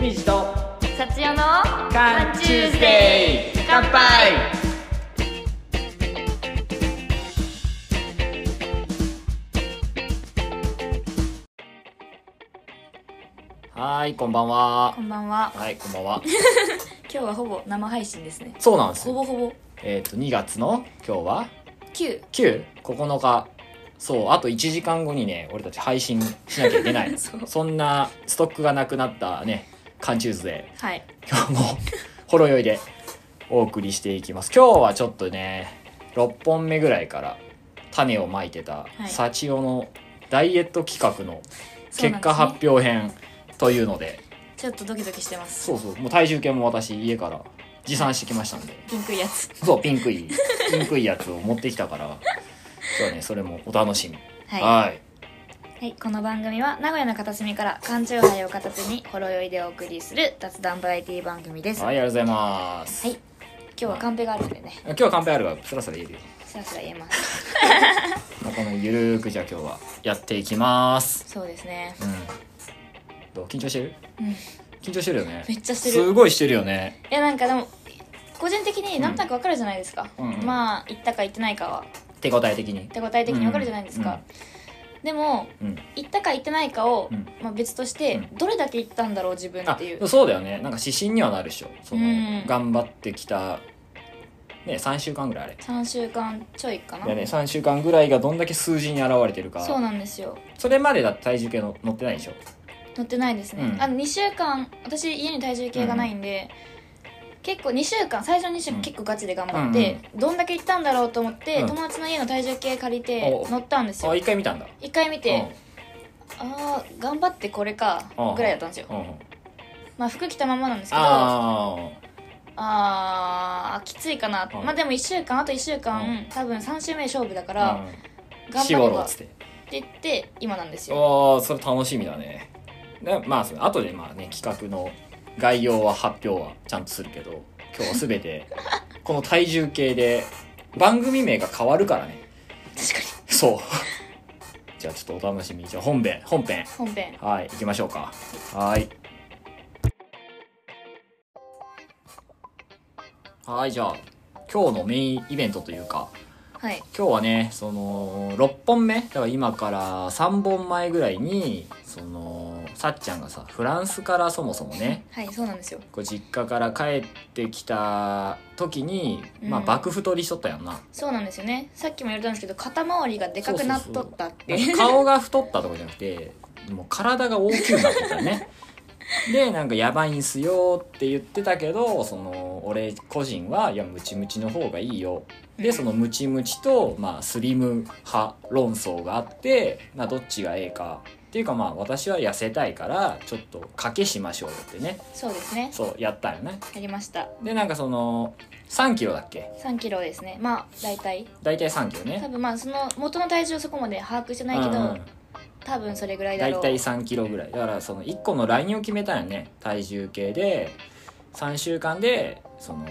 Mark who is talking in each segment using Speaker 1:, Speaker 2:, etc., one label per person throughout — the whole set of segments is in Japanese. Speaker 1: みじと
Speaker 2: さつよの
Speaker 1: 缶チューズデイ乾杯はーいこんばんは
Speaker 2: こんばんは
Speaker 1: はいこんばんは
Speaker 2: 今日はほぼ生配信ですね
Speaker 1: そうなんです
Speaker 2: ほ
Speaker 1: よ
Speaker 2: ぼほぼ
Speaker 1: えっ、と2月の今日は
Speaker 2: 9
Speaker 1: 9?9 日そうあと1時間後にね俺たち配信しなきゃいけない
Speaker 2: そう
Speaker 1: そんなストックがなくなったね缶チューズで
Speaker 2: はい
Speaker 1: 今日も ほろ酔いでお送りしていきます今日はちょっとね6本目ぐらいから種をまいてた、
Speaker 2: い
Speaker 1: サチオのダイエット企画の
Speaker 2: そうなんで
Speaker 1: 結
Speaker 2: すね
Speaker 1: 果発表編というので
Speaker 2: ちょっとドキドキしてます
Speaker 1: そうそうもう体重計も私家から持参してきましたんで
Speaker 2: ピンクいやつ
Speaker 1: そうピンクいピンクいやつを持ってきたから今日はねそれもお楽しみ
Speaker 2: はい、は
Speaker 1: はい
Speaker 2: い、この番組は名古屋の片隅から缶チューハイを片手にほろ酔いでお送りする雑談バラエティ番組です
Speaker 1: は
Speaker 2: はい
Speaker 1: い、ありがとうございます、
Speaker 2: 今日はカンペがあるんでね
Speaker 1: 今日はカンペあるがそらそら言えるよ、
Speaker 2: すらすら言えます
Speaker 1: まあ、このゆるーくじゃあ今日はやっていきます
Speaker 2: そうですね
Speaker 1: うんどう緊張してる
Speaker 2: うん
Speaker 1: 緊張してるよね
Speaker 2: めっちゃしてる
Speaker 1: すごいしてるよね
Speaker 2: いやなんかでも個人的になんとなくわかるじゃないですか、
Speaker 1: うんうん
Speaker 2: まあ行ったか行ってないかは
Speaker 1: 手応え的に
Speaker 2: 手応え的にわかるじゃないですか、でも
Speaker 1: うん、うん
Speaker 2: 行ったか行ってないかを、
Speaker 1: うん
Speaker 2: まあ、別として、
Speaker 1: う
Speaker 2: どれだけ行ったんだろう自分っ
Speaker 1: あ
Speaker 2: ていう
Speaker 1: そうだよねなんか指針にはなるでしょその、
Speaker 2: うん
Speaker 1: 頑張ってきたね3週間ぐらいあれ
Speaker 2: 3週間ちょいかな、
Speaker 1: だよね3週間ぐらいがどんだけ数字に表れてるか
Speaker 2: そうなんですよ
Speaker 1: それまでだって体重計の乗ってないでしょ
Speaker 2: 乗ってないですね、
Speaker 1: うん
Speaker 2: あの2週間私家に体重計がないんで、結構2週間最初の2週
Speaker 1: う
Speaker 2: 間
Speaker 1: ん
Speaker 2: 結構ガチで頑張って、どんだけ行ったんだろうと思って、
Speaker 1: うん
Speaker 2: 友達の家の体重計借りて
Speaker 1: お
Speaker 2: 乗ったんです
Speaker 1: あ
Speaker 2: よ
Speaker 1: 一回見たんだ
Speaker 2: 一回見
Speaker 1: う
Speaker 2: て、ああ頑張ってこれか
Speaker 1: うん
Speaker 2: ぐらいだったんですよ
Speaker 1: んうん
Speaker 2: まあ服着たままなんですけどあ
Speaker 1: あー
Speaker 2: あーきついかな、
Speaker 1: うん
Speaker 2: まあでも1週間あと1週間、
Speaker 1: うん
Speaker 2: 多分3週目勝負だか
Speaker 1: う
Speaker 2: ら、
Speaker 1: ん
Speaker 2: 頑張
Speaker 1: 絞
Speaker 2: れ
Speaker 1: ろう
Speaker 2: ば
Speaker 1: っ
Speaker 2: っ
Speaker 1: つって
Speaker 2: て言って今なんですよ
Speaker 1: おーそれ楽しみだねでまあその後でまあね企画の概要は発表はちゃんとするけど今日は 全てこの体重計で番組名が変わるからね
Speaker 2: 確かに
Speaker 1: そうじゃあちょっとお楽しみじゃあ本編本編
Speaker 2: 本編
Speaker 1: はい行きましょうかはいはいじゃあ今日のメインイベントというか
Speaker 2: はい
Speaker 1: 今日はねその6本目だから今から3本前ぐらいにそのさっちゃんがさフランスからそもそもね
Speaker 2: はいそうなんですよ
Speaker 1: こう実家から帰ってきた時に、まあ
Speaker 2: うん
Speaker 1: 爆太りしとったやんな
Speaker 2: そうなんですよねさっきも言われたんですけど肩周りがでかくなっとったって
Speaker 1: なんか顔が太ったとかじゃなくてもう体が大きくなってたねでなんか「やばいんすよ」って言ってたけどその俺個人はいやムチムチの方がいいよでそのムチムチと、まあ、スリム派論争があって、まあ、どっちがええかっていうかまあ私は痩せたいからちょっと賭けしましょうよってね
Speaker 2: そうですね
Speaker 1: そうやったよね
Speaker 2: やりました
Speaker 1: でなんかその3キロだっけ
Speaker 2: 3キロですねまあ大体
Speaker 1: 大体3キロ
Speaker 2: 多
Speaker 1: ね
Speaker 2: 分まあその元の体重をそこまで把握してないけど、
Speaker 1: うん
Speaker 2: 多分それぐらいだ
Speaker 1: 大
Speaker 2: ろう
Speaker 1: 体3キロぐらいだからその1個のラインを決めたらね体重計で3週間でその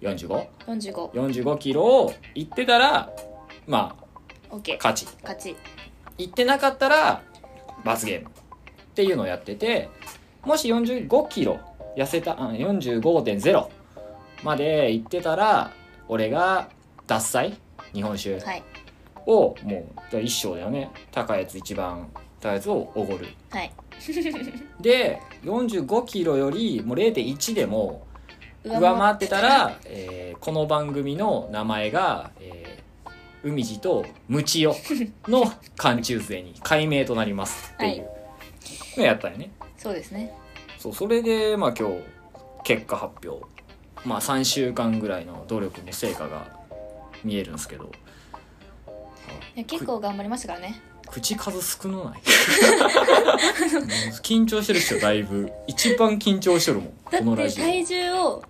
Speaker 1: 4545
Speaker 2: 45
Speaker 1: キロをいってたらまあ
Speaker 2: OK
Speaker 1: 勝ち
Speaker 2: 勝ち
Speaker 1: いってなかったら罰ゲームっていうのをやっててもし45キロ痩せたあ45.0までいってたら俺が獺祭日本酒
Speaker 2: はい
Speaker 1: をもう一升だよね高いやつ一番高いやつをおごる
Speaker 2: はい
Speaker 1: で45キロよりもう0.1でも上回ってたら、えーこの番組の名前が「えー海地とムチヨ」の缶中勢に改名となりますっていうのやったよね。
Speaker 2: そうですね
Speaker 1: そうそれで、まあ、今日結果発表、まあ、3週間ぐらいの努力の成果が見えるんですけど
Speaker 2: いや結構頑張りましたからね
Speaker 1: 口数少な ない緊張してるっしょだいぶ一番緊張してるもん
Speaker 2: だ
Speaker 1: この
Speaker 2: っ
Speaker 1: ラ
Speaker 2: て
Speaker 1: ジオ。
Speaker 2: 体重を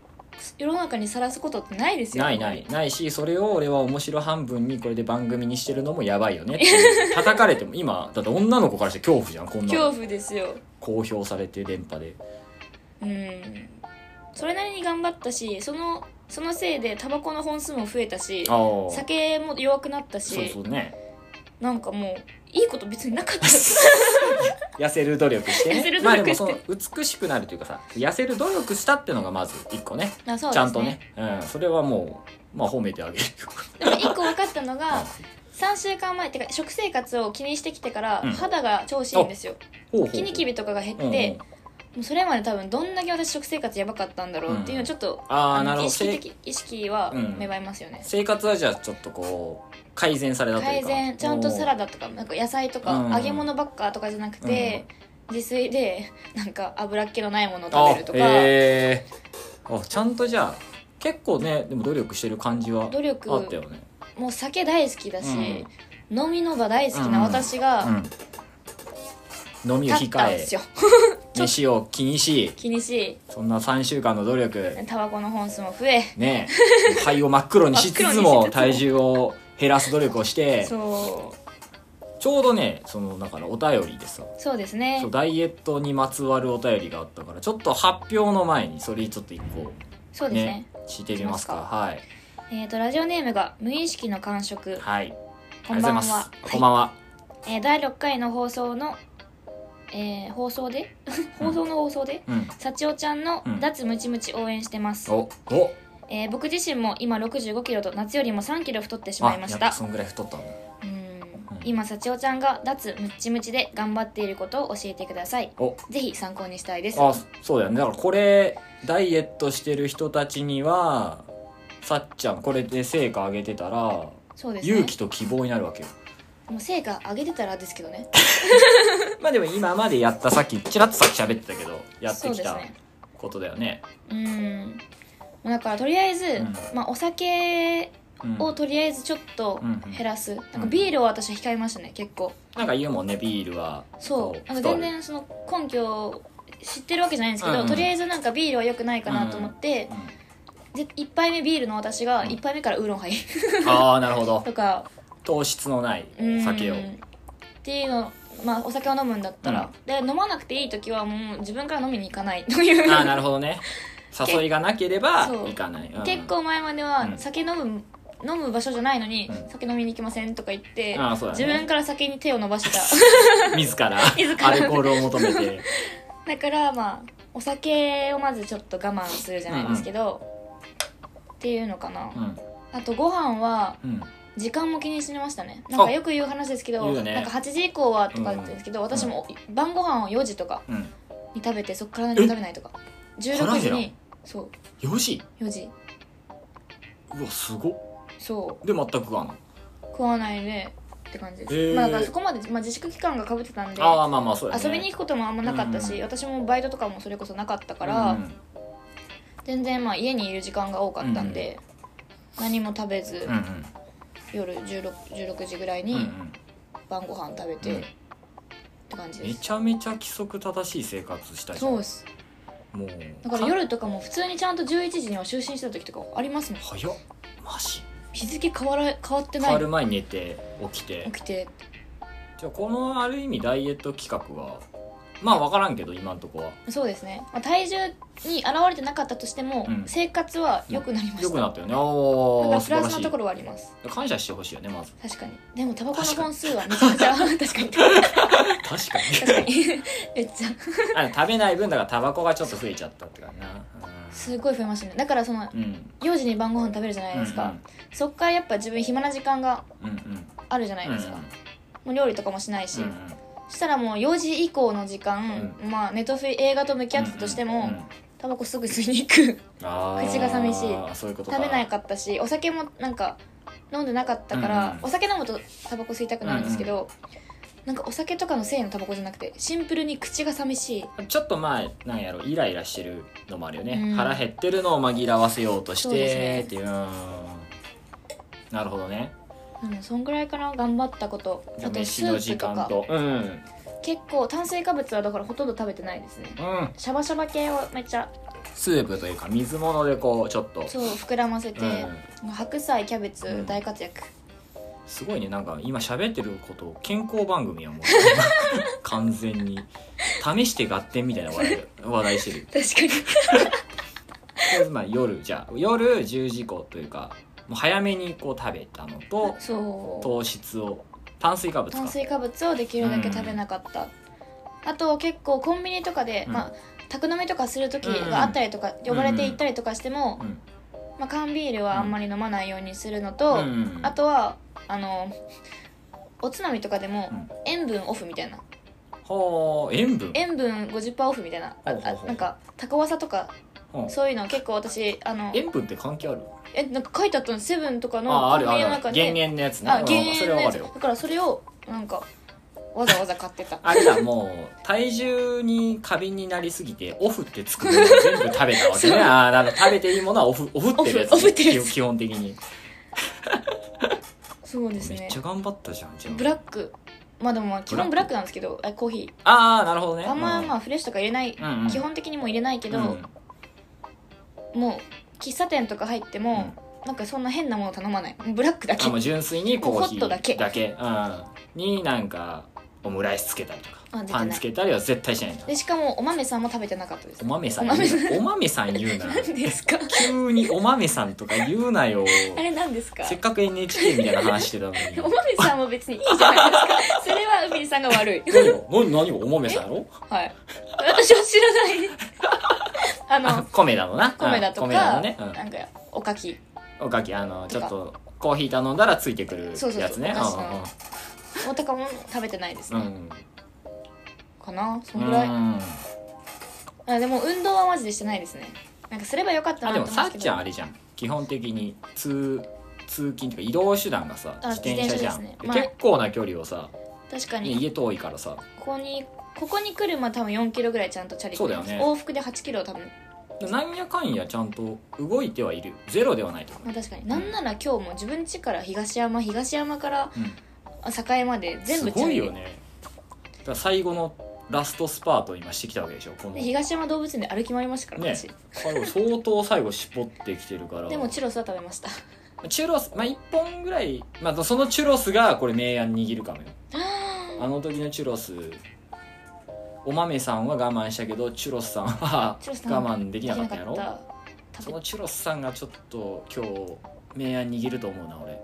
Speaker 2: 世の中にさらすことってないですよ
Speaker 1: ないないないしそれを俺は面白半分にこれで番組にしてるのもやばいよねっていう 叩かれても今だって女の子からして恐怖じゃんこんな
Speaker 2: 恐
Speaker 1: の
Speaker 2: 怖ですよ
Speaker 1: 公表されて電波で
Speaker 2: うんそれなりに頑張ったしそのそのせいでタバコの本数も増えたし
Speaker 1: ああ
Speaker 2: 酒も弱くなったし
Speaker 1: そうそうね
Speaker 2: なんかもういいこと別になかった
Speaker 1: 痩せる努力してね
Speaker 2: 痩せる努力して
Speaker 1: まあでもその美しくなるというかさ痩せる努力したってのがまず一個ね
Speaker 2: あそうですね
Speaker 1: ちゃんとね、うん、それはもう、まあ、褒めてあげるよ
Speaker 2: でも一個分かったのが3週間前ってか食生活を気にしてきてから
Speaker 1: うん
Speaker 2: 肌が調子いいんですよ、
Speaker 1: ほうほう
Speaker 2: キニキビとかが減って、
Speaker 1: うんうん
Speaker 2: もうそれまで多分どんだけ私食生活やばかったんだろうっていうのをちょっと、
Speaker 1: ああ
Speaker 2: あの
Speaker 1: なるほ
Speaker 2: 意
Speaker 1: ど
Speaker 2: 識
Speaker 1: せ
Speaker 2: 的意識は
Speaker 1: うん
Speaker 2: 芽生えますよね、
Speaker 1: 生活はじゃあちょっとこう改善されたというか
Speaker 2: 改善ちゃんとサラダ
Speaker 1: ダ
Speaker 2: とかなんか野菜と
Speaker 1: うん
Speaker 2: か揚げ物ばっかとかじゃなくて、自炊で なんか油っ気のないものを食べるとか、
Speaker 1: えー、あちゃんとじゃあ結構ねでも努力してる感じは
Speaker 2: 努力
Speaker 1: あったよね
Speaker 2: もう酒大好きだし、飲みの場大好きな私が
Speaker 1: うん、飲みを
Speaker 2: 立った
Speaker 1: 控
Speaker 2: んで
Speaker 1: え
Speaker 2: すよ、
Speaker 1: 飯を気にし
Speaker 2: 気にし
Speaker 1: そんな3週間の努 力
Speaker 2: いタバコの本数も増え
Speaker 1: ねえ肺を真っ黒にしつつ
Speaker 2: 真っ黒にし
Speaker 1: も
Speaker 2: つつも
Speaker 1: 体重を減らす努力をして
Speaker 2: そ
Speaker 1: ちょうどねそのだからお便りでさ
Speaker 2: うそうですね
Speaker 1: そうダイエットにまつわるお便りがあったからちょっと発表の前にそれちょっと一個
Speaker 2: そうですね
Speaker 1: ねしてみますか
Speaker 2: いき
Speaker 1: はい
Speaker 2: えっ、とラジオネームが「無意識の感触
Speaker 1: はいあ
Speaker 2: こ
Speaker 1: り
Speaker 2: ん
Speaker 1: がと
Speaker 2: ばは」
Speaker 1: うんございます
Speaker 2: は
Speaker 1: こ
Speaker 2: い
Speaker 1: んばんは
Speaker 2: えー第6回の放送の、えー放送で放送の放送で、
Speaker 1: うん
Speaker 2: 幸男ちゃんの
Speaker 1: うん
Speaker 2: 脱ムチムチ応援してます、
Speaker 1: おお
Speaker 2: えー僕自身も今6 5キロと夏よりも3キロ太ってしま
Speaker 1: あ
Speaker 2: いま
Speaker 1: や
Speaker 2: し
Speaker 1: っぱ
Speaker 2: た
Speaker 1: そんぐらい太ったの
Speaker 2: うん
Speaker 1: うん
Speaker 2: 今幸男ちゃんが脱ムチムチで頑張っていることを教えてください
Speaker 1: お
Speaker 2: ぜひ参考にしたいです
Speaker 1: あそうだよねだからこれダイエットしてる人たちにはさっちゃんこれで成果上げてたら
Speaker 2: そうですね
Speaker 1: 勇気と希望になるわけよ
Speaker 2: もう成果上げてたらですけどね
Speaker 1: まあでも今までやったさっきちらっとさっき喋ってたけどやって
Speaker 2: そう
Speaker 1: き
Speaker 2: です
Speaker 1: た
Speaker 2: ね
Speaker 1: ことだよね
Speaker 2: うんだからとりあえず、
Speaker 1: ん
Speaker 2: まあ、お酒
Speaker 1: うん
Speaker 2: をとりあえずちょっと
Speaker 1: うん
Speaker 2: 減らす、なん
Speaker 1: う
Speaker 2: か
Speaker 1: ん
Speaker 2: ビールを私は控えましたね結構
Speaker 1: なんか言うもんねビールは
Speaker 2: そうなんか
Speaker 1: 太る
Speaker 2: 全然その根拠を知ってるわけじゃないんですけど、
Speaker 1: うんうん
Speaker 2: とりあえずなんかビールは良くないかなと思って、で1杯目ビールの私が
Speaker 1: うん
Speaker 2: 1杯目からウーロンハイ
Speaker 1: うんああなるほど
Speaker 2: とか
Speaker 1: 糖質のない
Speaker 2: うん
Speaker 1: 酒を
Speaker 2: っていうのまあお酒を飲むんだったら、で飲まなくていい時はもう自分から飲みに行かないという
Speaker 1: ああなるほどね誘いがなければ
Speaker 2: そう
Speaker 1: 行かない、うん
Speaker 2: 結構前まで
Speaker 1: う
Speaker 2: は
Speaker 1: ん
Speaker 2: 酒飲む、飲む場所じゃないのに、
Speaker 1: うん
Speaker 2: 酒飲みに行きませんとか言って、
Speaker 1: あーそうだね
Speaker 2: 自分から酒に手を伸ばした
Speaker 1: 自ら
Speaker 2: 自ら
Speaker 1: アルコールを求めて
Speaker 2: だからまあお酒をまずちょっと我慢するじゃないですけど、っていうのかな、
Speaker 1: うん
Speaker 2: あとご飯は
Speaker 1: うん
Speaker 2: 時間も気にしてましたねなんかよく言う話ですけ
Speaker 1: 言
Speaker 2: ど、
Speaker 1: うよね
Speaker 2: なんか8時以降はとかって言うんですけど、私も晩ご飯を4時とか
Speaker 1: うん
Speaker 2: に食べてそっから何も食べないとか16
Speaker 1: 腹
Speaker 2: 時
Speaker 1: 減ら
Speaker 2: に
Speaker 1: ん
Speaker 2: そ
Speaker 1: 4時
Speaker 2: う4時
Speaker 1: うわすごっ
Speaker 2: そう
Speaker 1: で全く食わない
Speaker 2: 食わないでって感じです、
Speaker 1: へー
Speaker 2: まあだからそこまで、まあ、自粛期間がかぶってたんで
Speaker 1: ああまあまあそうだね
Speaker 2: 遊びに行くこともあんまなかったし、
Speaker 1: うん
Speaker 2: 私もバイトとかもそれこそなかったか、
Speaker 1: から
Speaker 2: 全然まあ家にいる時間が多かったんで、何も食べず、
Speaker 1: うんうん
Speaker 2: 夜 16, 16時ぐらい
Speaker 1: うんう
Speaker 2: に
Speaker 1: ん
Speaker 2: 晩ご飯食べて、
Speaker 1: うん
Speaker 2: って感じで
Speaker 1: め
Speaker 2: す
Speaker 1: ちゃめちゃ規則正しい生活したいじゃん
Speaker 2: そうです
Speaker 1: もう
Speaker 2: だから夜とかも普通にちゃんと11時には就寝してた時とかありますもん
Speaker 1: 早っマジ
Speaker 2: 日付変わら変わって
Speaker 1: 変
Speaker 2: な
Speaker 1: わ
Speaker 2: い
Speaker 1: る前に寝て起きて
Speaker 2: 起きて
Speaker 1: じゃあこのある意味ダイエット企画はまあ分からんけど今んとこは
Speaker 2: そうですね、まあ、体重に現れてなかったとしても、
Speaker 1: うん
Speaker 2: 生活は良くなりました、
Speaker 1: よくなったよねお
Speaker 2: な
Speaker 1: お
Speaker 2: んか
Speaker 1: 素
Speaker 2: プラス
Speaker 1: 晴ら
Speaker 2: の
Speaker 1: し
Speaker 2: とこ
Speaker 1: い
Speaker 2: ろはあります
Speaker 1: 感謝してほしいよねまず
Speaker 2: 確かにでもタバコの本数はめちゃくちゃ 確かに 確
Speaker 1: 確か
Speaker 2: かに めっちゃ
Speaker 1: にあの食べない分だからタバコがちょっと増えちゃったって感じな
Speaker 2: すごい増えましたねだからその
Speaker 1: うんうん
Speaker 2: 4時に晩ご飯食べるじゃないですか、そっからやっぱ自分暇な時間が
Speaker 1: うんうんうん
Speaker 2: あるじゃないですか、もう料理とかもしないし、
Speaker 1: うん
Speaker 2: そしたらもう4時以降の時間、まあネットフリ映画と向き合ってたとしても、
Speaker 1: うんうんうん
Speaker 2: タバコすぐ吸いに行く
Speaker 1: あー
Speaker 2: 口が寂しい
Speaker 1: そういうことか
Speaker 2: 食べなかったしお酒もなんか飲んでなかったから、
Speaker 1: うんうん
Speaker 2: お酒飲むとタバコ吸いたくなるんですけど、なんかお酒とかのせいのタバコじゃなくてシンプルに口が寂しい
Speaker 1: ちょっとまあなんやろイライラしてるのもあるよね、
Speaker 2: うん
Speaker 1: 腹減ってるのを紛らわせようとし
Speaker 2: そうですね
Speaker 1: てっていううんなるほどね
Speaker 2: うん、そんぐらいかな頑張ったこと
Speaker 1: じゃ
Speaker 2: あ
Speaker 1: あ
Speaker 2: と
Speaker 1: 飯
Speaker 2: スー
Speaker 1: の
Speaker 2: プ
Speaker 1: 時
Speaker 2: と
Speaker 1: 間
Speaker 2: か
Speaker 1: とうんうん
Speaker 2: 結構炭水化物はだからほとんど食べてないですねシャバシャバ系はめっちゃ
Speaker 1: スープというか水物でこうちょっと
Speaker 2: そう膨らませて、白菜キャベツ、
Speaker 1: うん
Speaker 2: 大活躍
Speaker 1: すごいねなんか今喋ってること健康番組 やもう完全に試して合点みたいな話題話題してる
Speaker 2: 確かに
Speaker 1: とりあえずまあ夜じゃあ夜10時以降というかもう早めにこう食べたのと
Speaker 2: そう
Speaker 1: 糖質を炭水化物か
Speaker 2: 炭水化物をできるだけ食べなかった、あと結構コンビニとかで、
Speaker 1: うん
Speaker 2: まあ宅飲みとかする時があったりとか、呼ばれて行ったりとかしても、
Speaker 1: うん
Speaker 2: まあ、缶ビールはあんまり飲まないようにするのと、
Speaker 1: うんうん
Speaker 2: あとはあのおつまみとかでも
Speaker 1: うん
Speaker 2: 塩分オフみたいな
Speaker 1: はあ塩分
Speaker 2: 塩分50%オフみたいなあ
Speaker 1: ほうほうほ
Speaker 2: あ
Speaker 1: う
Speaker 2: なんかタコワサとか
Speaker 1: うん
Speaker 2: そういうの結構私あの
Speaker 1: 塩分って関係ある
Speaker 2: えなんか書いてあったのセブンとかの
Speaker 1: ああ
Speaker 2: コン
Speaker 1: る
Speaker 2: ビ
Speaker 1: あ
Speaker 2: ニ
Speaker 1: る
Speaker 2: の
Speaker 1: あ
Speaker 2: 中
Speaker 1: る
Speaker 2: で
Speaker 1: 減塩のやつね
Speaker 2: あ
Speaker 1: うん
Speaker 2: 減塩
Speaker 1: それ
Speaker 2: の
Speaker 1: は
Speaker 2: や
Speaker 1: わ
Speaker 2: つ
Speaker 1: かる
Speaker 2: だ
Speaker 1: よ
Speaker 2: からそれをなんかわざわざ買ってた
Speaker 1: あれだもう体重に過敏になりすぎてオフってつくものを全部食べたわけ
Speaker 2: そう
Speaker 1: ねああなるほど食べていいものはオフオフってるやつ、ね、
Speaker 2: オフオフってるやつ
Speaker 1: 基本的に、
Speaker 2: そうです
Speaker 1: めっ
Speaker 2: ね
Speaker 1: ちゃ頑張ったじゃんじゃあ
Speaker 2: ブラックまあでもまあ基本ブ
Speaker 1: ブ
Speaker 2: ラ
Speaker 1: ラ
Speaker 2: ッ
Speaker 1: ッ
Speaker 2: クなんですけどあコーヒ
Speaker 1: ああなるほどね
Speaker 2: ーあんままあフレッシュとか入れない、
Speaker 1: うんうん
Speaker 2: 基本的にもう入れないけど、
Speaker 1: うん
Speaker 2: もう喫茶店とか入っても、なんかそんな変なもの頼まないブラックだけ
Speaker 1: あもう純粋にコーヒ
Speaker 2: もうホット
Speaker 1: ー
Speaker 2: だけ
Speaker 1: うん、になんかオムライスつけたりとか
Speaker 2: あ出てない
Speaker 1: パンつけたりは絶対しないんだ
Speaker 2: でしかもお豆さんも食べてなかったです
Speaker 1: お豆さん言うなお豆さん言うな
Speaker 2: 何です か
Speaker 1: 急にお豆さんとか言うなよ
Speaker 2: あれ何ですか
Speaker 1: せっかく NHK みたいな話してたの に
Speaker 2: お豆さんも別にいいじゃないです かそれは海さんが悪い
Speaker 1: 何が何何がお豆さんやろ
Speaker 2: はい私は知 らないあ
Speaker 1: あ
Speaker 2: の
Speaker 1: 米だのな
Speaker 2: 米だとか、
Speaker 1: うん米だのね、う
Speaker 2: なんかおかき
Speaker 1: ん、おかきあのち
Speaker 2: と
Speaker 1: ょ
Speaker 2: か
Speaker 1: っとコーヒー頼んだらついてくる
Speaker 2: そうそうそう
Speaker 1: やつね
Speaker 2: お菓子のおたかも食べてないです
Speaker 1: うんう
Speaker 2: ね、
Speaker 1: ん
Speaker 2: かなそ
Speaker 1: うんん
Speaker 2: ぐらいあでも運動はマジでしてないですねなんかすればよかった
Speaker 1: あ
Speaker 2: な
Speaker 1: で
Speaker 2: と思う
Speaker 1: も
Speaker 2: ん
Speaker 1: さ
Speaker 2: で
Speaker 1: っ
Speaker 2: すけど
Speaker 1: ちゃんあれじゃん基本的に通通勤というか移動手段がさ
Speaker 2: あ
Speaker 1: 自転車じゃ
Speaker 2: 自転
Speaker 1: ん、
Speaker 2: 車ですね
Speaker 1: で
Speaker 2: まあ
Speaker 1: 結構な距離をさ、
Speaker 2: 確か
Speaker 1: ね
Speaker 2: に
Speaker 1: 家遠いからさ
Speaker 2: ここにここに来るまで多分4キロぐらいちゃんとチャリ
Speaker 1: そうだよね
Speaker 2: 往復で8キロ多分
Speaker 1: なんやかんやちゃんと動いてはいるゼロではないと思
Speaker 2: ま
Speaker 1: う
Speaker 2: あ、確かになんなら今日も自分家から東山東山から
Speaker 1: うん
Speaker 2: 栄まで全部
Speaker 1: すごいよねだから最後のラストスパートを今してきたわけでしょこの
Speaker 2: で東山動物園で歩き回りましたから、
Speaker 1: ね
Speaker 2: 私
Speaker 1: あれ相当最後絞ってきてるから
Speaker 2: でもチュロスは食べました
Speaker 1: チュロスまあ1本ぐらい、まあ、そのチュロスがこれ明暗握るかもよあの時のチュロスお豆さんは我慢したけどチュロスさんは
Speaker 2: チュロスさん
Speaker 1: 我慢できなかったんやろ
Speaker 2: できなかった
Speaker 1: そ
Speaker 2: 食べ
Speaker 1: のチュロスさんがちょっと今日明暗握ると思うな俺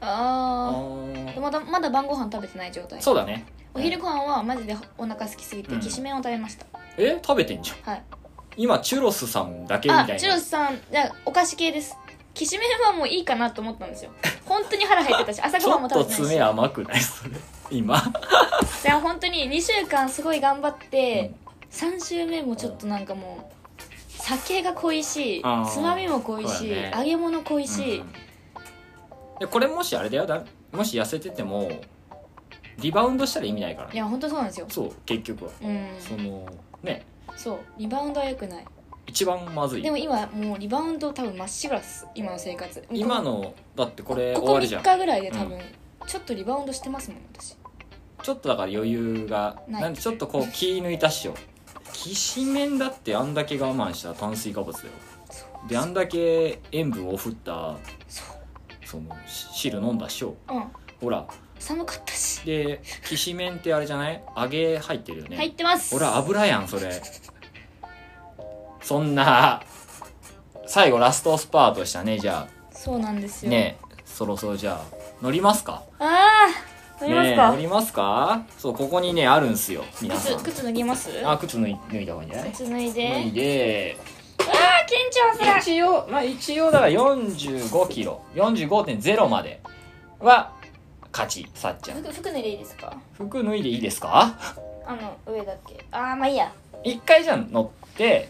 Speaker 2: あ
Speaker 1: あ
Speaker 2: あ
Speaker 1: ー
Speaker 2: まだまだ晩ご飯食べてない状態
Speaker 1: そうだね
Speaker 2: お昼ご飯はマジでお腹空きすぎて
Speaker 1: うん
Speaker 2: きしめんを食べました、
Speaker 1: え食べてんじゃ
Speaker 2: は
Speaker 1: ん
Speaker 2: い
Speaker 1: 今チュロスさんだけみたい
Speaker 2: あ
Speaker 1: な
Speaker 2: チュロスさんじゃあお菓子系ですきしめんはもういいかなと思ったん ですよ本当に腹減ってたし朝
Speaker 1: ち
Speaker 2: ごはん
Speaker 1: ょっ
Speaker 2: も
Speaker 1: と
Speaker 2: 食べてないし
Speaker 1: 爪甘くないそれ 今
Speaker 2: じゃあ本当に2週間すごい頑張って、3週目もちょっとなんかもう酒が恋しい
Speaker 1: あー
Speaker 2: つまみも恋しい、
Speaker 1: そうだね
Speaker 2: 揚げ物恋しい、
Speaker 1: うんでこれもしあれだよだもし痩せててもリバウンドしたら意味ないから
Speaker 2: いや本当そうなんですよ
Speaker 1: そう結局は
Speaker 2: うん
Speaker 1: そのね
Speaker 2: そうリバウンドは良くない
Speaker 1: 一番まずい
Speaker 2: でも今もうリバウンド多分まっしぐらっす今の生活
Speaker 1: 今のだってこれ
Speaker 2: こ
Speaker 1: 終
Speaker 2: こ
Speaker 1: わるじゃ
Speaker 2: 3
Speaker 1: ん
Speaker 2: 日ぐらいで多分、ちょっとリバウンドしてますもん私
Speaker 1: ちょっとだから余裕が
Speaker 2: ない
Speaker 1: なんでちょっとこう気抜いたっしょきしめんだってあんだけ我慢した炭水化物だよ
Speaker 2: そ
Speaker 1: であんだけ塩分を振った
Speaker 2: そう
Speaker 1: そのし汁飲んだっしょ
Speaker 2: うん
Speaker 1: ほら
Speaker 2: 寒かったし
Speaker 1: できしめんってあれじゃない揚げ入ってるよね
Speaker 2: 入ってます
Speaker 1: ほら油やんそれそんな最後ラストスパートしたねじゃ
Speaker 2: そうなんです
Speaker 1: あ
Speaker 2: よ、
Speaker 1: ねえそろそろじゃあ乗りますか
Speaker 2: ああ乗ります
Speaker 1: ねえ
Speaker 2: か、
Speaker 1: 乗りますかそうここにねあるんすよ皆さん
Speaker 2: 靴靴脱ぎます
Speaker 1: あ靴脱い脱いだ方がいいんじゃない
Speaker 2: 靴脱いで
Speaker 1: 脱いで
Speaker 2: ああ緊張する
Speaker 1: 一応まあ一応だから45キロ45.0までは勝ちさっちゃん
Speaker 2: 服服脱いでいいですか
Speaker 1: 服脱いでいいですか
Speaker 2: あの上だっけああまあいいや
Speaker 1: 一回じゃん乗って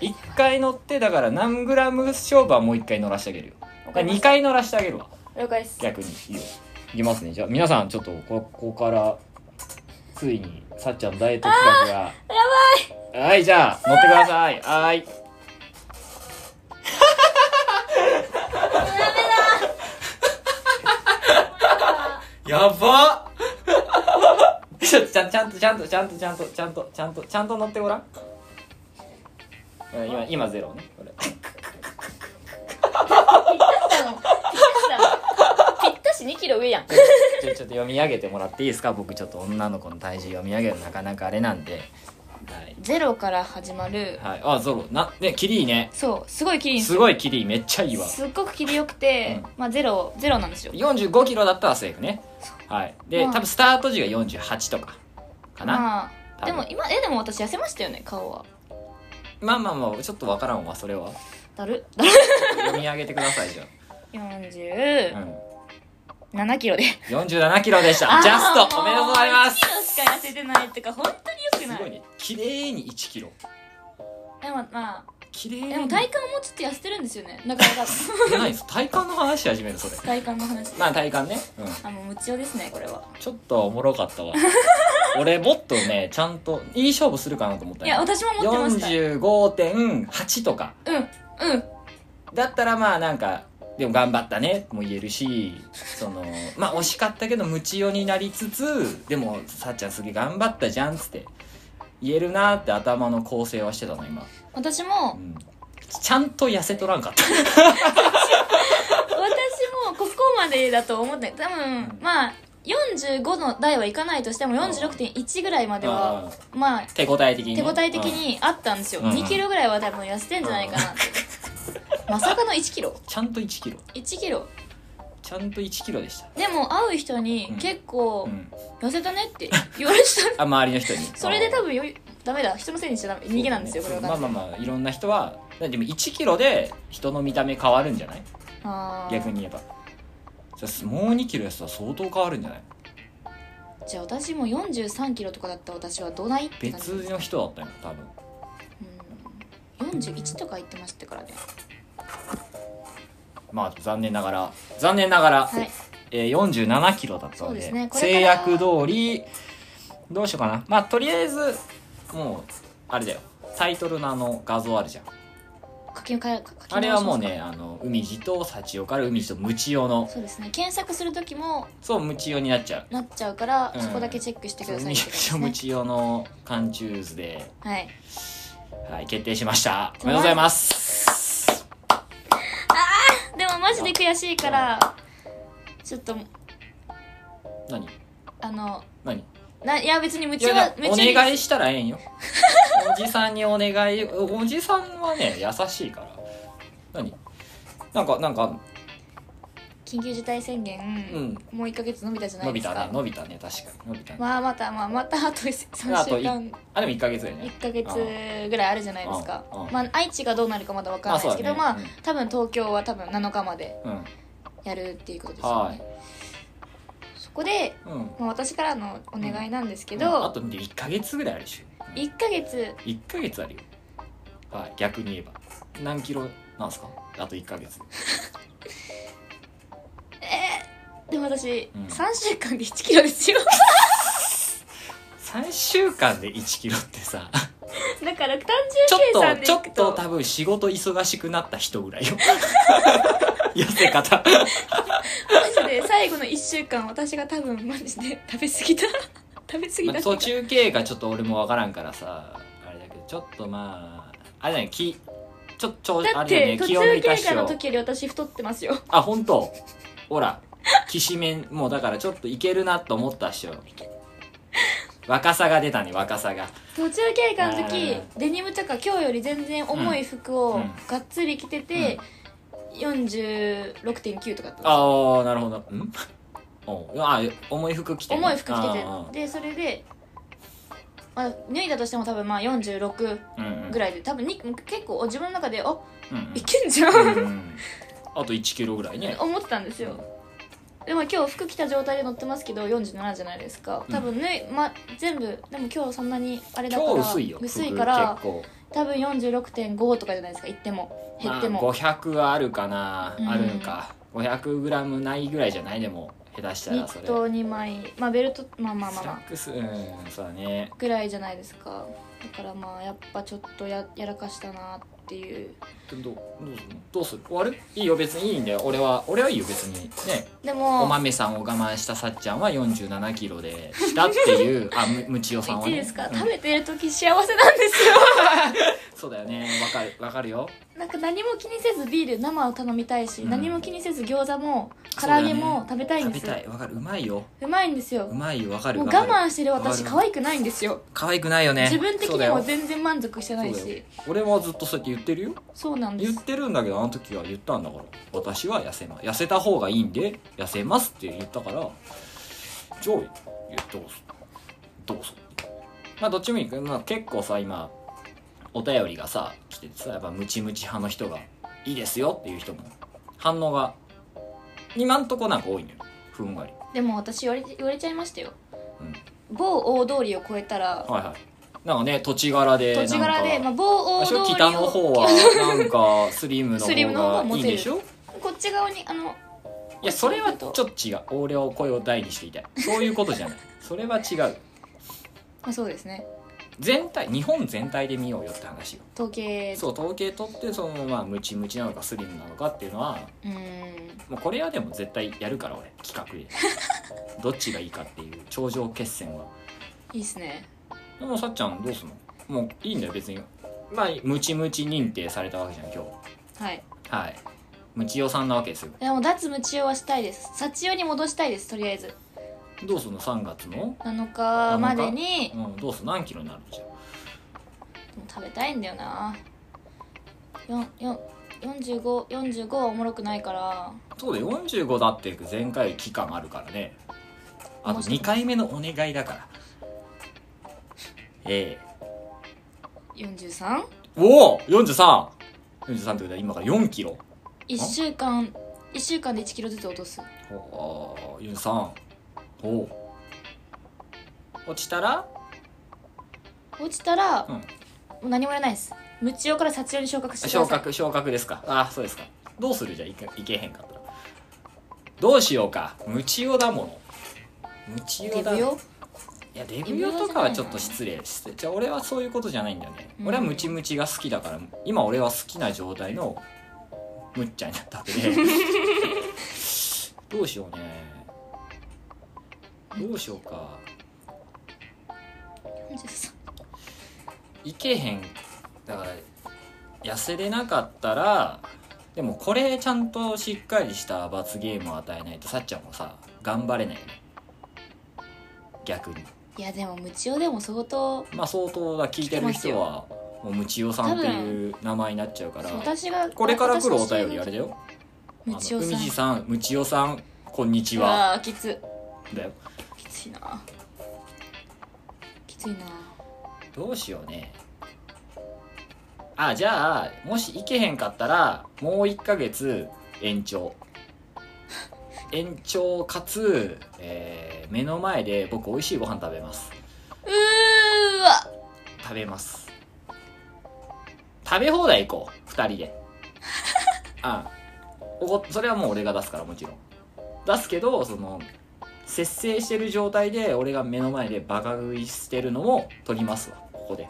Speaker 1: 一回乗ってだから何グラム勝負はもう一回乗らしてあげるよ
Speaker 2: わかりま
Speaker 1: 2
Speaker 2: した
Speaker 1: 回乗らしてあげるわ
Speaker 2: 了解です
Speaker 1: 逆にいいよいきますねじゃあ皆さんちょっとここからついにさっちゃんのダイエット企画がやばいはいじゃあ乗ってくださいはーいやばっちょちゃんちゃんとちゃんとちゃんとちゃんとちゃんとちゃんとちゃんと乗ってごらんうん今今ゼロねこれ
Speaker 2: ぴったしだもんぴったしだもんぴったし2キロ上やん
Speaker 1: ちょちょっと読み上げてもらっていいですか僕ちょっと女の子の体重読み上げるのなかなかあれなんではい、
Speaker 2: ゼロから始まる
Speaker 1: はい、あゾロなねキリいいね
Speaker 2: そうすごい綺麗に
Speaker 1: すごいキリいいめっちゃいいわ
Speaker 2: すっごく切りよくて、
Speaker 1: うん
Speaker 2: まあゼロゼロなんですよ
Speaker 1: 45キロだったらセーフねはいで
Speaker 2: うん
Speaker 1: 多分スタート時が48とかかな
Speaker 2: まあでも
Speaker 1: 多分
Speaker 2: 今えでも私痩せましたよね顔は
Speaker 1: まあまあまあちょっとわからんわそれは
Speaker 2: だるだる
Speaker 1: 読み上げてくださいじゃあ、
Speaker 2: 47
Speaker 1: うん、
Speaker 2: キロで
Speaker 1: 47キロでしたジャストおめでとうございます
Speaker 2: 1キロしか痩せてないってか本当に
Speaker 1: す
Speaker 2: よくな
Speaker 1: ごい
Speaker 2: い
Speaker 1: ね綺麗に1キロ
Speaker 2: でもまあ
Speaker 1: 綺麗に
Speaker 2: でも体幹もちょっと痩せてるんですよねだからだから
Speaker 1: え何それ体幹の話し始めるそれ
Speaker 2: 体幹の話
Speaker 1: まあ体幹ね、うん、
Speaker 2: あもう無知用ですねこれは
Speaker 1: ちょっとおもろかった わ俺もっとねちゃんといい勝負するかなと思った
Speaker 2: いや私も持ってました
Speaker 1: 45.8とか
Speaker 2: うんうん
Speaker 1: だったらまあなんかでも頑張ったねも言えるしその まあ惜しかったけどムチ用になりつつでもさっちゃんすげえ頑張ったじゃんっつって言えるなって頭の構成はしてたの今、
Speaker 2: 私
Speaker 1: う
Speaker 2: も
Speaker 1: ん、ちゃんと痩せとらんかった
Speaker 2: 私もここまでだと思って多分まあ45の台はいかないとしても46.1ぐらいまでは
Speaker 1: うん
Speaker 2: まあ
Speaker 1: 手応え的にね
Speaker 2: 手応え的にあったんですよ、
Speaker 1: うん
Speaker 2: 2キロぐらいは多分痩せてんじゃないかなって、まさかの1キロ
Speaker 1: ちゃんと1キロ
Speaker 2: 1キロ
Speaker 1: ちゃんと1キロでした、
Speaker 2: でも会う人に
Speaker 1: うん
Speaker 2: 結構
Speaker 1: うん、
Speaker 2: 痩せたねって言われてた、
Speaker 1: あ周りの人に
Speaker 2: それで多分よりダメだ人のせいにしちゃダメ逃げなんですよこれは
Speaker 1: まあまあまあいろんな人はでも1キロで人の見た目変わるんじゃない
Speaker 2: あー
Speaker 1: 逆に言えばじゃあもう2キロやったら相当変わるんじゃない
Speaker 2: じゃあ私も4 3キロとかだった私はどないって感じ
Speaker 1: 別の人だったよ多分
Speaker 2: うん41とか言ってましたからね
Speaker 1: まあ残念ながら残念ながら、
Speaker 2: はい
Speaker 1: えー47キロだった
Speaker 2: そう
Speaker 1: の
Speaker 2: で
Speaker 1: です
Speaker 2: ねこれから
Speaker 1: 制約通りどうしようかなまあとりあえずもうあれだよタイトルのあの画像あるじゃん
Speaker 2: 書きか書き直しますか
Speaker 1: あれはもうねあの海地と幸代から海地と無知代の
Speaker 2: そうですね検索する時も
Speaker 1: そう無知代になっちゃう
Speaker 2: なっちゃうから、
Speaker 1: うん
Speaker 2: そこだけチェックしてください
Speaker 1: 海
Speaker 2: って感じで
Speaker 1: 地と無
Speaker 2: すね
Speaker 1: 知代の缶チューズで
Speaker 2: はい
Speaker 1: はい、決定しました。おめでとうございます。
Speaker 2: でもマジで悔しいからちょっと
Speaker 1: 何
Speaker 2: あの
Speaker 1: 何
Speaker 2: ないや別に夢
Speaker 1: い
Speaker 2: 中
Speaker 1: や
Speaker 2: は、
Speaker 1: でも
Speaker 2: 夢
Speaker 1: お
Speaker 2: 中に
Speaker 1: 願いしたらええんよ。おじさんにお願い、おじさんはね、優しいから。何なんか、なんか、
Speaker 2: 緊急事態宣言、もう1か月伸びたじゃな
Speaker 1: 伸
Speaker 2: い
Speaker 1: び
Speaker 2: です
Speaker 1: た
Speaker 2: か
Speaker 1: ね、伸びたね、確かに。伸びたね。
Speaker 2: まあまたまあまたあと3
Speaker 1: あと
Speaker 2: 週間
Speaker 1: あ、でも1ヶ月だよね
Speaker 2: 1。か月ぐらいあるじゃないですか
Speaker 1: うんうん
Speaker 2: まあ愛知がどうなるかまだ分からないですけどま
Speaker 1: まあ
Speaker 2: あ
Speaker 1: そうだね
Speaker 2: 多分東京は多分7日まで
Speaker 1: うん。
Speaker 2: やるっていうことですよ
Speaker 1: は
Speaker 2: ねそこで、
Speaker 1: い。うん。
Speaker 2: まあ、私からのお願いなんですけ
Speaker 1: うんあ
Speaker 2: ど
Speaker 1: と1ヶ月ぐらいあるでしょ。
Speaker 2: 1か月
Speaker 1: 1ヶ月あるよ。はい、逆に言えば。何キロなんすかあと1ヶ月。
Speaker 2: でも私、
Speaker 1: うん
Speaker 2: 3週間で1キロですよ
Speaker 1: 3週間で1キロっ てさ。
Speaker 2: だから単
Speaker 1: ちょ
Speaker 2: 純計
Speaker 1: っ
Speaker 2: 算
Speaker 1: と、
Speaker 2: で
Speaker 1: ちょ
Speaker 2: い
Speaker 1: っ
Speaker 2: くと
Speaker 1: と多分仕事忙しくなった人ぐらい よ。痩せ方。
Speaker 2: マジで最後の1週間私が多分マジで食べ過ぎた 食べ過ぎた
Speaker 1: まあ途中経過ちょっと俺もわからんからさ、あれだけど、ちょっとまあ、あれだね、き、ちょ、ちょ、
Speaker 2: だ
Speaker 1: あ
Speaker 2: っ
Speaker 1: れだ
Speaker 2: て
Speaker 1: ね、
Speaker 2: 途
Speaker 1: 気を
Speaker 2: 中
Speaker 1: 抜いた
Speaker 2: 経
Speaker 1: っし
Speaker 2: 過の
Speaker 1: ょ。
Speaker 2: 時より私太ってますよ
Speaker 1: あ、本当ほら、きしめん、もうだからちょっといけるなと思ったっしょ。若さが出たね、若さが。
Speaker 2: 途中経過の時
Speaker 1: あ
Speaker 2: デニムとか今日より全然重い服
Speaker 1: う
Speaker 2: を
Speaker 1: ん
Speaker 2: がっつり着てて、46.9とかだったんですよ
Speaker 1: あー、なるほど。ん おあ、重い服着てね、
Speaker 2: 重い服着てて
Speaker 1: あー
Speaker 2: でそれで、まあ、脱いだとしても多分まあ46
Speaker 1: うんうん。
Speaker 2: ぐらいで多分に結構自分の中であ
Speaker 1: うんうん
Speaker 2: いけんじゃ
Speaker 1: うん
Speaker 2: ん
Speaker 1: うんあと1キロぐらいね。
Speaker 2: 思ってたんですよでも今日服着た状態で乗ってますけど47じゃないですか多分ね、まあ、全部でも今日そんなにあれだから
Speaker 1: 今日薄いよ
Speaker 2: い
Speaker 1: 服
Speaker 2: から
Speaker 1: 結構
Speaker 2: 多分46.5とかじゃないですか言っても減っても、
Speaker 1: まあ、500あるかな、
Speaker 2: うん
Speaker 1: あるんか 500g ないぐらいじゃないでも下手した
Speaker 2: ニ
Speaker 1: らそ
Speaker 2: ッ
Speaker 1: れ
Speaker 2: ト2枚まあベルトまあまあまあ
Speaker 1: ス
Speaker 2: ま
Speaker 1: ラ
Speaker 2: あ
Speaker 1: ックスうんそうだね
Speaker 2: ぐらいじゃないですかだからまあやっぱちょっとややらかしたなっていう
Speaker 1: でもどうどうするのどうする終わるいいよ別にいいんだよ俺は俺はいいよ別にね
Speaker 2: で
Speaker 1: お
Speaker 2: も
Speaker 1: 豆さんを我慢したさっちゃんは4 7キロでしたってい うあむむちおさんは、
Speaker 2: 1
Speaker 1: ね、
Speaker 2: 位ですか、
Speaker 1: うん
Speaker 2: 食べてる時幸せなんですよ
Speaker 1: そうだよねわかるわかるよ
Speaker 2: なんか何も気にせずビール生を頼みたいし、
Speaker 1: うん
Speaker 2: 何も気にせず餃子も
Speaker 1: そ
Speaker 2: 唐
Speaker 1: うだ
Speaker 2: 揚げ
Speaker 1: ね
Speaker 2: も食べたいん
Speaker 1: 食
Speaker 2: で
Speaker 1: べ
Speaker 2: すよ
Speaker 1: たいわかるうまいよ
Speaker 2: うまいんですよ
Speaker 1: うまいよわかる
Speaker 2: もう
Speaker 1: わか
Speaker 2: 我
Speaker 1: る
Speaker 2: 慢してる私
Speaker 1: わかる
Speaker 2: 可愛くないんですよ、
Speaker 1: 可愛くないよね
Speaker 2: 自分的
Speaker 1: そうだ
Speaker 2: に
Speaker 1: よ
Speaker 2: も全然満足してないし
Speaker 1: そ
Speaker 2: そうう
Speaker 1: だよ俺はずっとそうやって言ってるよ
Speaker 2: なんで
Speaker 1: 言
Speaker 2: す
Speaker 1: ってるんだけどあの時は言ったんだから私は痩せま痩せた方がいいんで痩せますって言ったからじゃあいやどうぞどうぞまあどっちもいいけど、まあ、結構さ今お便りがさ来ててさやっぱムチムチ派の人がいいですよっていう人も反応が今んとこなんか多いのよふんわり
Speaker 2: でも私言われ言われちゃいましたよ
Speaker 1: うん
Speaker 2: 某大通りを越えたら
Speaker 1: はいはいなんかね土地柄で
Speaker 2: 土地柄で、
Speaker 1: なんか
Speaker 2: まあ、某大
Speaker 1: あ
Speaker 2: 通
Speaker 1: そう
Speaker 2: り
Speaker 1: 北の方
Speaker 2: を
Speaker 1: はなんかスリムの
Speaker 2: スリムの方が
Speaker 1: 方が
Speaker 2: モ
Speaker 1: いい
Speaker 2: テる
Speaker 1: でしょ
Speaker 2: こっち側にあの
Speaker 1: いやそれはちょっと違う俺は声を大にしていたいそういうことじゃないそれは違う
Speaker 2: あそうですね
Speaker 1: 全体日本全体で見ようよって話よ
Speaker 2: 統計
Speaker 1: そう統計取ってそのまあムチムチなのかスリムなのかっていうのは
Speaker 2: うーん
Speaker 1: もうこれはでも絶対やるから俺企画 でどっちがいいかっていう頂上決戦はい
Speaker 2: いっすね
Speaker 1: でもさっちゃんどうすんのもういいんだよ別にまあムチムチ認定されたわけじゃん今
Speaker 2: はい
Speaker 1: 日はいムチ代さんなわけですよ
Speaker 2: いやもう脱無知用はしたいです幸用に戻したいですとりあえず
Speaker 1: どうすんの3月の
Speaker 2: 7日までに
Speaker 1: うんどうすんの何キロになるんじゃん
Speaker 2: でも食べたいんだよな4545はおもろくないから
Speaker 1: そうだよ45だって前回期間あるからねあと
Speaker 2: 面白い
Speaker 1: 2回目のお願いだからええ
Speaker 2: 43?
Speaker 1: おお 43!43 43ってことは今から4キロ
Speaker 2: 1週間1週間で1キロずつ落とす
Speaker 1: おー43おー落ちたら
Speaker 2: 落ちたら、
Speaker 1: うん
Speaker 2: もう何もやらないです無知用から殺用に昇格してくだ
Speaker 1: 昇
Speaker 2: さい
Speaker 1: 格昇格ですかああそうですかどうするじゃあいけいけへんかったらどうしようかムチオだものムチオ
Speaker 2: デ
Speaker 1: だ
Speaker 2: ブよ
Speaker 1: いやデブヨとかはちょっと失礼してじゃあ俺はそういうことじゃないんだよね、
Speaker 2: うん
Speaker 1: 俺はムチムチが好きだから今俺は好きな状態のむっちゃんになったわ けでどうしようねどうしようか
Speaker 2: 43
Speaker 1: いけへんだから痩せれなかったらでもこれちゃんとしっかりした罰ゲームを与えないとさっちゃんもさ頑張れないよね逆に
Speaker 2: いやでも無知用でも相当
Speaker 1: まあ相当だ聞いてる人はもうムチオさんっていう名前になっちゃうから
Speaker 2: 私が
Speaker 1: これから来るお便りあれだよ
Speaker 2: 無知用
Speaker 1: あ
Speaker 2: さん
Speaker 1: の海地さんムチオさんこんにち
Speaker 2: う
Speaker 1: は
Speaker 2: わーきつ
Speaker 1: だよ
Speaker 2: きついなきついな
Speaker 1: どうしようねあじゃあもし行けへんかったらもう1ヶ月延長延長かつ、えー目の前で僕美味しいご飯食べます
Speaker 2: うーわ
Speaker 1: 食べます食べ放題行こう2人 であおごそれはもう俺が出すからもちろん出すけどその節制してる状態で俺が目の前でバカ食いしてるのも取りますわここで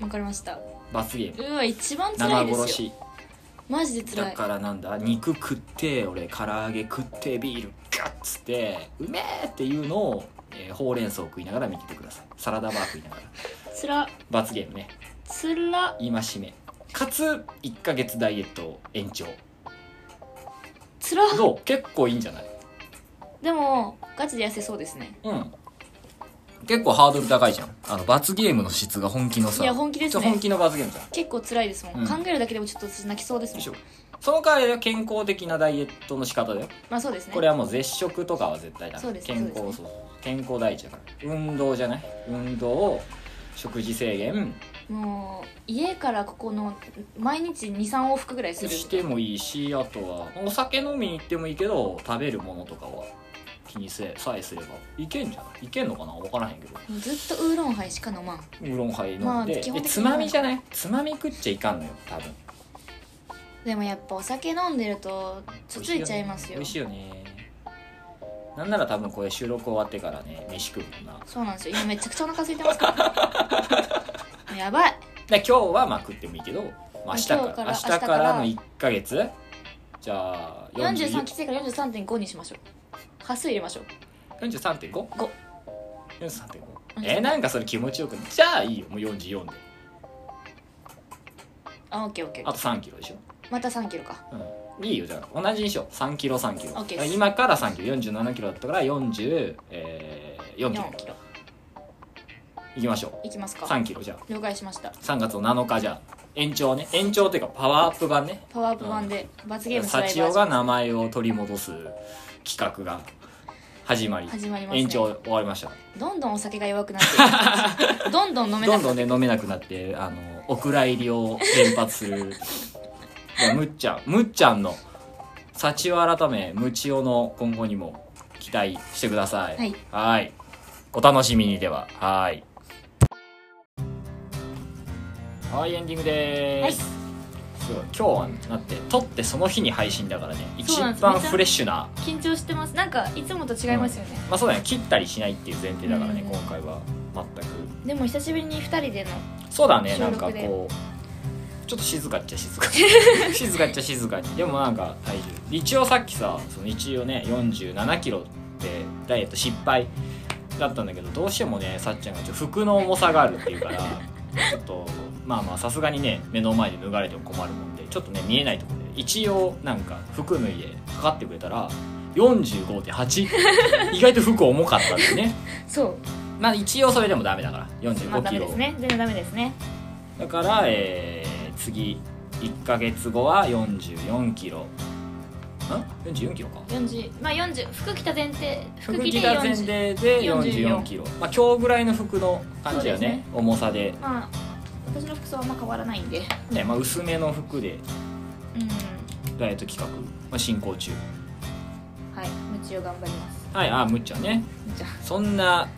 Speaker 2: わかりました
Speaker 1: 罰ゲー
Speaker 2: う
Speaker 1: ム
Speaker 2: わ一番辛
Speaker 1: 生
Speaker 2: いで
Speaker 1: 殺
Speaker 2: すよ
Speaker 1: し
Speaker 2: マジで辛
Speaker 1: だ
Speaker 2: い
Speaker 1: からなんだ肉食って俺唐揚げ食ってビールガッつってうめえっていうのを、えーほうれん草を食いながら見ててくださいサラダバー食いながら
Speaker 2: つら
Speaker 1: 罰ゲームね
Speaker 2: つら
Speaker 1: 戒めかつ1ヶ月ダイエット延長
Speaker 2: つら
Speaker 1: どう結構いいんじゃない
Speaker 2: でもガチで痩せそうですね
Speaker 1: うん結構ハードル高いじゃんあの罰ゲームの質が本気のさ
Speaker 2: いや本気ですね
Speaker 1: ちょ本気の罰ゲームじゃん
Speaker 2: 結構辛いですもん、
Speaker 1: うん
Speaker 2: 考えるだけでもちょっと私泣きそうですも
Speaker 1: で
Speaker 2: ん
Speaker 1: しょその代わりは健康的なダイエットの仕方だよ
Speaker 2: まあそうですね
Speaker 1: これはもう絶食とかは絶対だ
Speaker 2: そうです
Speaker 1: 健
Speaker 2: そ
Speaker 1: 康
Speaker 2: う
Speaker 1: そう
Speaker 2: です
Speaker 1: そう健康第一だから運動じゃない運動食事制限
Speaker 2: もう家からここの毎日23往復ぐらいする
Speaker 1: してもいいしあとはお酒飲みに行ってもいいけど食べるものとかは気にせさえすればいけんじゃないいけんのかな分からへんけど
Speaker 2: もうずっとウーロンハイしか飲まん
Speaker 1: ウーロンハイ飲んで,、
Speaker 2: まあ基本的に
Speaker 1: でつまみじゃないつまみ食っちゃいかんのよ多分
Speaker 2: でもやっぱお酒飲んでるとつついちゃいますよ
Speaker 1: 美味しいよねなんなら多分これ収録終わってからね飯食うもんな
Speaker 2: そうなんですよ今めちゃくちゃお腹空いてますからやばい
Speaker 1: で今日はまあ食ってもいいけど、まあ、明日から
Speaker 2: 今日から
Speaker 1: 明日か
Speaker 2: 明日から
Speaker 1: らの1ヶ月じゃあ
Speaker 2: 43
Speaker 1: 43
Speaker 2: きついから43.5にしましょう端数入れましょう
Speaker 1: 43.5?43.5
Speaker 2: 5
Speaker 1: えー、なんかそれ気持ちよくないじゃあいいよもう44で
Speaker 2: あオッケーオッケ
Speaker 1: あ
Speaker 2: ー
Speaker 1: と3キロでしょ、
Speaker 2: また3キロか
Speaker 1: うん、いいよじゃあ同じにしよう3キロ3キロ
Speaker 2: OK です
Speaker 1: 今から3キロ47キロだったから40、えー、4キロ
Speaker 2: 4キロ
Speaker 1: いきましょ
Speaker 2: いきます
Speaker 1: う
Speaker 2: か
Speaker 1: 3キロじゃあ
Speaker 2: 了解しました
Speaker 1: 3月の7日じゃあ延長ね延長っていうかパワーアップ版ね
Speaker 2: パワーアップ版で罰ゲームスライ
Speaker 1: 幸
Speaker 2: バ
Speaker 1: 代
Speaker 2: ー
Speaker 1: が名前を取り戻す企画が始まり
Speaker 2: 始まりますね
Speaker 1: 延長終わりました
Speaker 2: どんどんお酒が弱くなってい くどんどん飲め
Speaker 1: ど
Speaker 2: なんくな
Speaker 1: ど
Speaker 2: っ
Speaker 1: ん
Speaker 2: て
Speaker 1: ね飲めなくなってあのお蔵入りを連発するいやむっちゃんむっちゃんの幸を改めむちおの今後にも期待してください
Speaker 2: はい
Speaker 1: はいお楽しみにでははいはいエンディングで
Speaker 2: はい
Speaker 1: ーす、そう今日はねだって撮ってその日に配信だからね
Speaker 2: そ
Speaker 1: 一
Speaker 2: うなんです
Speaker 1: 番フレッシュな
Speaker 2: 緊張してますなんかいつもと違いますよね、
Speaker 1: まあそうだね切ったりしないっていう前提だからね、
Speaker 2: うん
Speaker 1: 今回は全く
Speaker 2: でも久しぶりに2人での
Speaker 1: そうだね
Speaker 2: 収
Speaker 1: なん
Speaker 2: 録
Speaker 1: か
Speaker 2: で
Speaker 1: こうちょっと静かっち ゃ静か静かっちゃ静かにでもなんか体重一応さっきさその一応ね4 7キロってダイエット失敗だったんだけどどうしてもねさっちゃんがちょっと服の重さがあるっていう からちょっとまあまあさすがにね目の前で脱がれても困るもんでちょっとね見えないところで一応なんか服脱いで測ってくれたら45.8 意外と服重かったんだよね
Speaker 2: そう
Speaker 1: まあ一応それでもダメだから
Speaker 2: まあ
Speaker 1: 45
Speaker 2: ダ
Speaker 1: キ
Speaker 2: メ
Speaker 1: ロ
Speaker 2: ですね全然ダメですね
Speaker 1: だから、えー次1ヶ月後は44キロん44キロか
Speaker 2: 40まあ40服着た前提服
Speaker 1: 服
Speaker 2: 着
Speaker 1: 着
Speaker 2: て
Speaker 1: た前
Speaker 2: 40
Speaker 1: 提で
Speaker 2: 44
Speaker 1: 44キロまあ今日ぐらいの服の感じだ
Speaker 2: そうで
Speaker 1: よね
Speaker 2: すね
Speaker 1: 重さで、
Speaker 2: まあ私の服装はあんま変わらないんで
Speaker 1: ねまあ、薄めの服で
Speaker 2: うん
Speaker 1: ダイエット企画、まあ、進行中
Speaker 2: はいムチを頑張ります
Speaker 1: はいあーむっちゃんね
Speaker 2: むちゃ
Speaker 1: そんな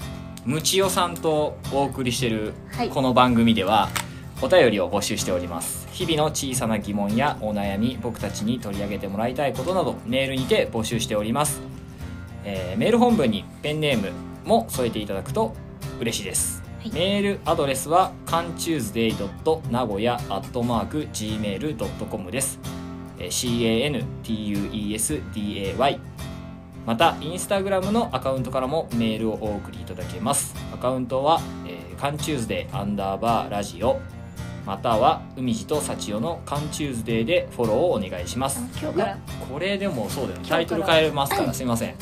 Speaker 1: むちおさんとお送りしてる
Speaker 2: はい
Speaker 1: この番組ではお便りを募集しております日々の小さな疑問やお悩み僕たちに取り上げてもらいたいことなどメールにて募集しております、えーメール本文にペンネームも添えていただくと嬉しいです、
Speaker 2: はい
Speaker 1: メールアドレスは cantuesday.nagoya.gmail.com ですえー cantuesday またインスタグラムのアカウントからもメールをお送りいただけますアカウントは「えー、カンチューズデーアンダーバーラジオ」または「海地と幸代のカンチューズデー」でフォローをお願いします
Speaker 2: あ今日から
Speaker 1: うわこれでもそうだよね
Speaker 2: 今
Speaker 1: タイ
Speaker 2: 日
Speaker 1: ト
Speaker 2: か
Speaker 1: ル
Speaker 2: ら
Speaker 1: 変えますからすいません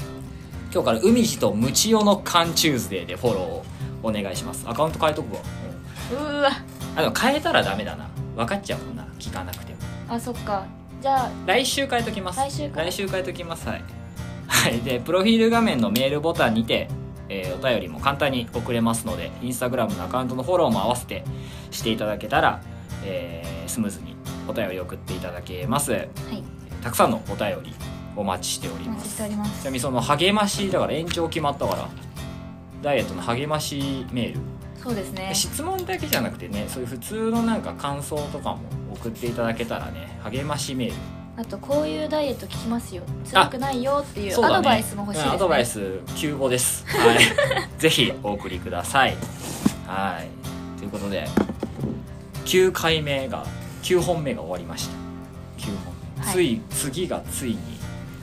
Speaker 1: 今日から「海地とムチ代のカンチューズデー」でフォローをお願いしますアカウント変えとくわ、うん
Speaker 2: うーわ
Speaker 1: あでも変えたらダメだな分かっちゃうもんな聞かなくても
Speaker 2: あそっかじゃあ
Speaker 1: 来週変えときます
Speaker 2: 来週か
Speaker 1: 来週変えときますはい、 はい、でプロフィール画面のメールボタンにて、えーお便りも簡単に送れますのでインスタグラムのアカウントのフォローも合わせてしていただけたら、えースムーズにお便り送っていただけます
Speaker 2: はい
Speaker 1: たくさんのお便りお待ちしており
Speaker 2: お
Speaker 1: ま
Speaker 2: 待ち
Speaker 1: す
Speaker 2: しております
Speaker 1: ちなみにその励ましだから延長決まったからダイエットの励ましメール
Speaker 2: そうですね
Speaker 1: 質問だけじゃなくてねそういう普通のなんか感想とかも送っていただけたらね励ましメール
Speaker 2: あとこういうダイエット効きますよ辛くないよっていう
Speaker 1: そうだね
Speaker 2: アドバイスも欲しいです、
Speaker 1: うん
Speaker 2: ね
Speaker 1: アドバイス急募です。 はい。ぜひお送りください。はい。ということで、9回目が、9本目が終わりました。9本目。
Speaker 2: はい
Speaker 1: つい、次がついに、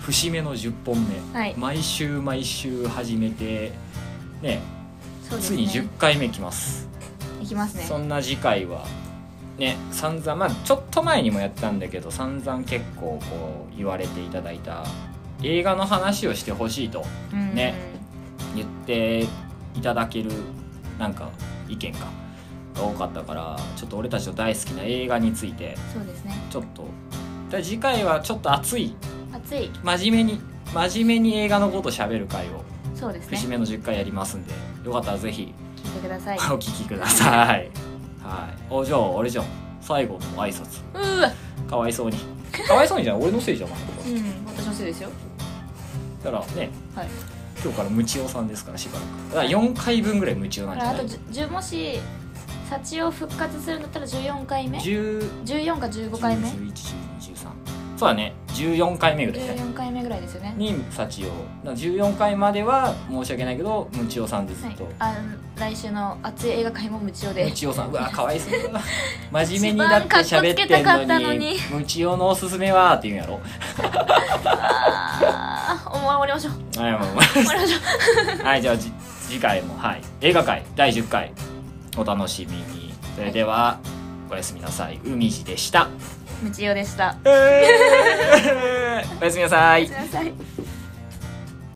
Speaker 1: 節目の10本目。
Speaker 2: はい
Speaker 1: 毎週毎週始めて、ね、
Speaker 2: そうです
Speaker 1: つい
Speaker 2: ね
Speaker 1: に10回目きます。
Speaker 2: いきますね
Speaker 1: そんな次回は、ね、散々、まあちょっと前にもやったんだけど、散々結構こう言われていただいた、映画の話をしてほしいと。
Speaker 2: うん
Speaker 1: ね言っていただけるなんか意見かが多かったからちょっと俺たちの大好きな映画について
Speaker 2: そうですね
Speaker 1: ちょっとだ次回はちょっと熱い
Speaker 2: 暑い
Speaker 1: 真面目に真面目に映画のこと喋る回を
Speaker 2: そうですね
Speaker 1: 節目の10回やりますんでよかったらぜひ
Speaker 2: 聞いてください
Speaker 1: お聞きくださいはいおじゃああれじゃん最後の挨拶
Speaker 2: うーわ
Speaker 1: かわいそうにかわいそうにじゃない俺のせいじゃない
Speaker 2: うん私のせいですよ
Speaker 1: だからね
Speaker 2: はい
Speaker 1: 今日からムチオさんですからしばらくだから4回分ぐらいムチオな
Speaker 2: だから
Speaker 1: んじゃ
Speaker 2: あ
Speaker 1: な
Speaker 2: と
Speaker 1: い
Speaker 2: じゅじゅもし幸を復活するんだったら14回目
Speaker 1: 10
Speaker 2: 14か15回目
Speaker 1: 11 12 13そうだね14回目ぐらいね
Speaker 2: 14回目ぐらいですよね
Speaker 1: に幸男だから14回までは申し訳ないけどムチオさんでず
Speaker 2: は
Speaker 1: っ
Speaker 2: い
Speaker 1: と、
Speaker 2: あ来週の熱い映画会も無償で
Speaker 1: ムチオさんうわかわいそう だ真面目にだって喋って
Speaker 2: 一番かっこつけたか
Speaker 1: ん
Speaker 2: った
Speaker 1: の
Speaker 2: の
Speaker 1: に
Speaker 2: に
Speaker 1: ムチオのおすすめはって言うんやろ
Speaker 2: ああ終わりましょう
Speaker 1: はいもう
Speaker 2: 終わりましょう
Speaker 1: はいじゃあじ次回もはい映画会第10回お楽しみにそれでは、おやすみなさい海地でした、
Speaker 2: 無償でした
Speaker 1: えー おやすみなさい
Speaker 2: ごめんなさい